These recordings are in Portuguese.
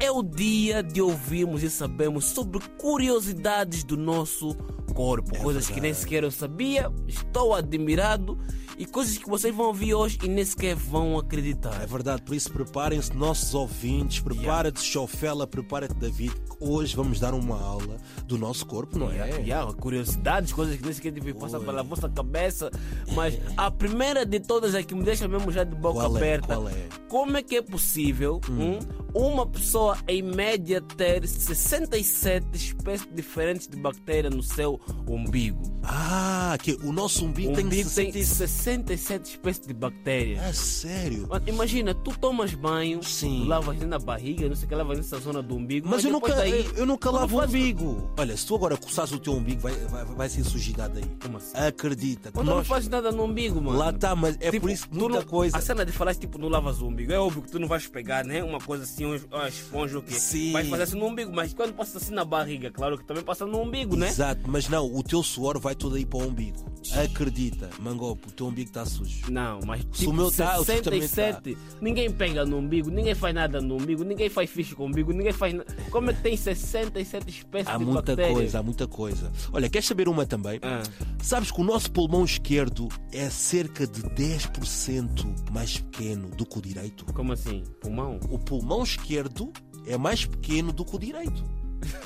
é o dia de ouvirmos e sabermos sobre curiosidades do nosso É corpo. coisas que nem sequer eu sabia, estou admirado e coisas que vocês vão ouvir hoje e nem sequer vão acreditar. É verdade, por isso preparem-se, nossos ouvintes, prepara-te, Chofela, prepara-te, David. que Hoje vamos dar uma aula do nosso corpo, não Yeah, é? yeah, curiosidades, coisas que nem sequer devem passar pela vossa cabeça. Mas a primeira de todas é que me deixa mesmo já de boca Qual é? aberta. Qual é? Como é que é possível hum, uma pessoa em média ter 67 espécies diferentes de bactéria no seu umbigo? Ah, que o nosso umbigo O tem umbigo tem 67. 67 espécies de bactérias. Ah, sério? Mano, Imagina, tu tomas banho, Sim. tu lavas na barriga, não sei o que, lavas nessa zona do umbigo. Mas eu depois nunca, daí, eu nunca quando lavo o fazes- umbigo. Olha, se tu agora coçares o teu umbigo, vai, vai, vai ser sujidade aí. Como assim? Acredita. que Quando não Nós, fazes nada no umbigo, mano. Tipo, lá está, mas é por isso que tu muita não- coisa. A cena de falar tipo, não lavas o umbigo. É óbvio que tu não vais pegar, né? Uma coisa assim, um- uma esponja ou o quê? Sim. Vais fazer assim no umbigo, mas quando passa assim na barriga, claro que também passa no umbigo, né? Exato, mas não, o teu suor vai todo aí para o umbigo. Acredita, Mangopo, o teu umbigo está sujo. Não, mas Se tipo, o meu tá, o teu também 67, ninguém pega no umbigo, ninguém faz nada no umbigo, ninguém faz ficha com o umbigo, ninguém faz nada. Como é que tem 67 espécies Há tipo de muita bactérias? coisa, há muita coisa. Olha, queres saber uma também? Ah. Sabes que o nosso pulmão esquerdo é cerca de 10% mais pequeno do que o direito? Como assim? Pulmão? O pulmão esquerdo é mais pequeno do que o direito.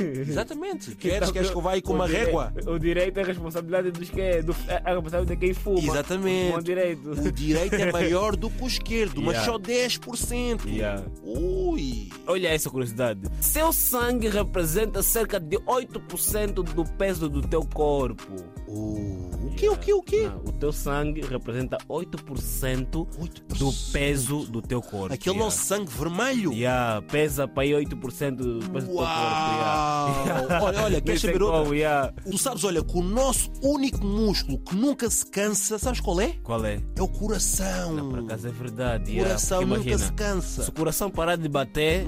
Exatamente. Queres, queres que eu vá aí com Então, O uma dire- régua? O direito é responsabilidade dos que é, do, é a responsabilidade de quem fuma. Exatamente. O direito. O direito é maior do que o esquerdo, mas Yeah. só 10%. Yeah. Ui! Olha essa curiosidade. Seu sangue representa cerca de 8% do peso do teu corpo. Uh, o quê, o quê, o quê? Não, o teu sangue representa 8% 8%. do peso do teu corpo. Aquele yeah. nosso sangue vermelho. Yeah, pesa para aí 8% do peso do teu corpo. Yeah. Uau! Olha, olha, Nem queres sei saber qual, outra? yeah. Tu sabes, olha, que o nosso único músculo que nunca se cansa, sabes qual é? Qual é? É o coração. Não, por acaso é verdade. o yeah, coração porque nunca se imagina, Se cansa. Hum, o coração parar de bater,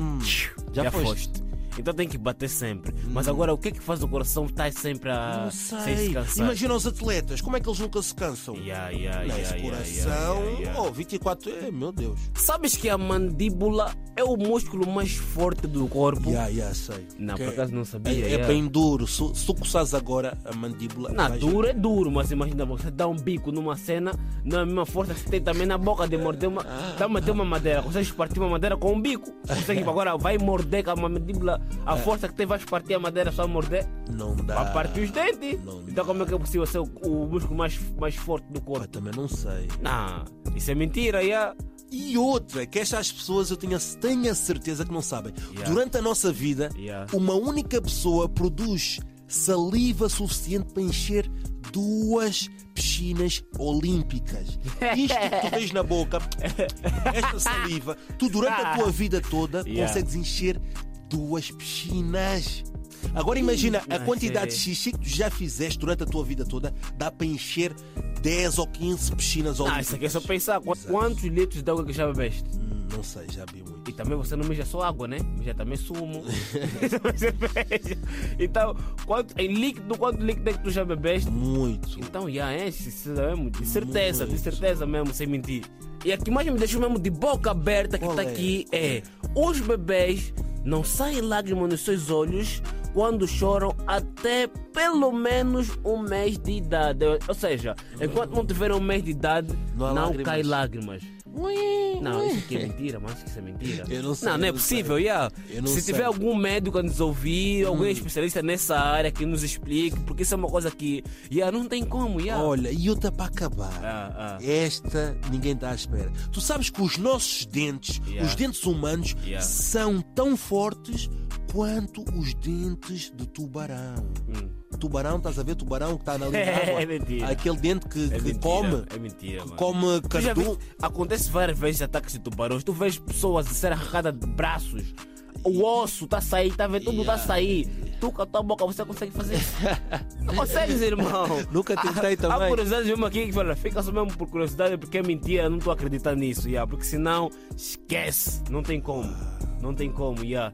já já, foste. Hum. foste. Então tem que bater sempre. Mas agora o que é que faz o coração estar sempre a Não Ah, sem se sei. cansar? Imagina os atletas, como é que eles nunca se cansam? Yeah, yeah, Não, yeah, esse yeah, coração. yeah, yeah. Oh, 24. É, meu Deus. Sabes que a mandíbula é o músculo mais forte do corpo? Yeah, yeah, sei. Não, Que por acaso não sabia. É, é yeah. bem duro. Se, se tu coçares agora a mandíbula. Não, vais- duro é duro, mas imagina você dá um bico numa cena, não é a mesma força que você tem também na boca de morder uma, dá uma, tem uma madeira, consegues partir uma madeira com um bico. Consegue, agora vai morder com a mandíbula, a É. força que tem, vais partir a madeira só morder, Não dá. vai partir os dentes. Ah, não Então, como é que é possível ser o, o músculo mais, mais forte do Pá, corpo? também não sei. Não, isso é mentira, yeah. E outra, que estas pessoas eu tenho, tenho a certeza que não sabem. Yeah. Durante a nossa vida, Yeah. uma única pessoa produz saliva suficiente para encher duas piscinas olímpicas. Isto que tu tens na boca, esta saliva, tu durante a tua vida toda Yeah. consegues encher duas piscinas. Agora imagina a Mas quantidade é- de xixi que tu já fizeste durante a tua vida toda, dá para encher 10 ou 15 piscinas Não, olímpicas. isso aqui é só pensar qu- quantos litros de água que já bebeste. Hum, Não sei, já vi muito. E também você não mija só água, né? Mija também sumo. Você beija. então, quanto, em líquido, quanto líquido é que tu já bebeste? Muito. Então, já enche, isso mesmo, de certeza, de Muito. certeza mesmo, sem mentir. E a que mais me deixou mesmo de boca aberta que Qual está é? aqui é: os bebês não saem lágrimas nos seus olhos quando choram até pelo menos um mês de idade. Ou seja, enquanto não tiver um mês de idade, Não há não, lágrimas. cai lágrimas. Ui, Não, ui. isso aqui é mentira, mas acho que isso é mentira. Eu não sei, não, eu é não possível, sei. yeah. Eu não Se sei. Hum. tiver algum médico a nos ouvir, algum especialista nessa área que nos explique, porque isso é uma coisa que yeah, não tem como, yeah. Olha, e outra para acabar. Ah, ah. Esta ninguém está à espera. Tu sabes que os nossos dentes, Yeah. os dentes humanos, Yeah. são tão fortes quanto os dentes de tubarão. Tubarão, estás a ver? Tubarão que está na linha Hum. É d'água. mentira. Aquele dente que, É que mentira, come, É mentira, mano. come Tu já cardu. viste? Acontece várias vezes ataques de tubarões. Tu vês pessoas a ser arrancadas de braços. O osso tá a sair, tá vendo? Tudo tá a sair. Tu com a tua boca, você consegue fazer isso? Não consegues, irmão. Nunca tentei Há- Há também. curiosidade Ah, mesmo aqui que fala, fica só mesmo por curiosidade, porque é mentira, não estou acreditando nisso, yeah, porque senão esquece. Não tem como. Não tem como, yeah.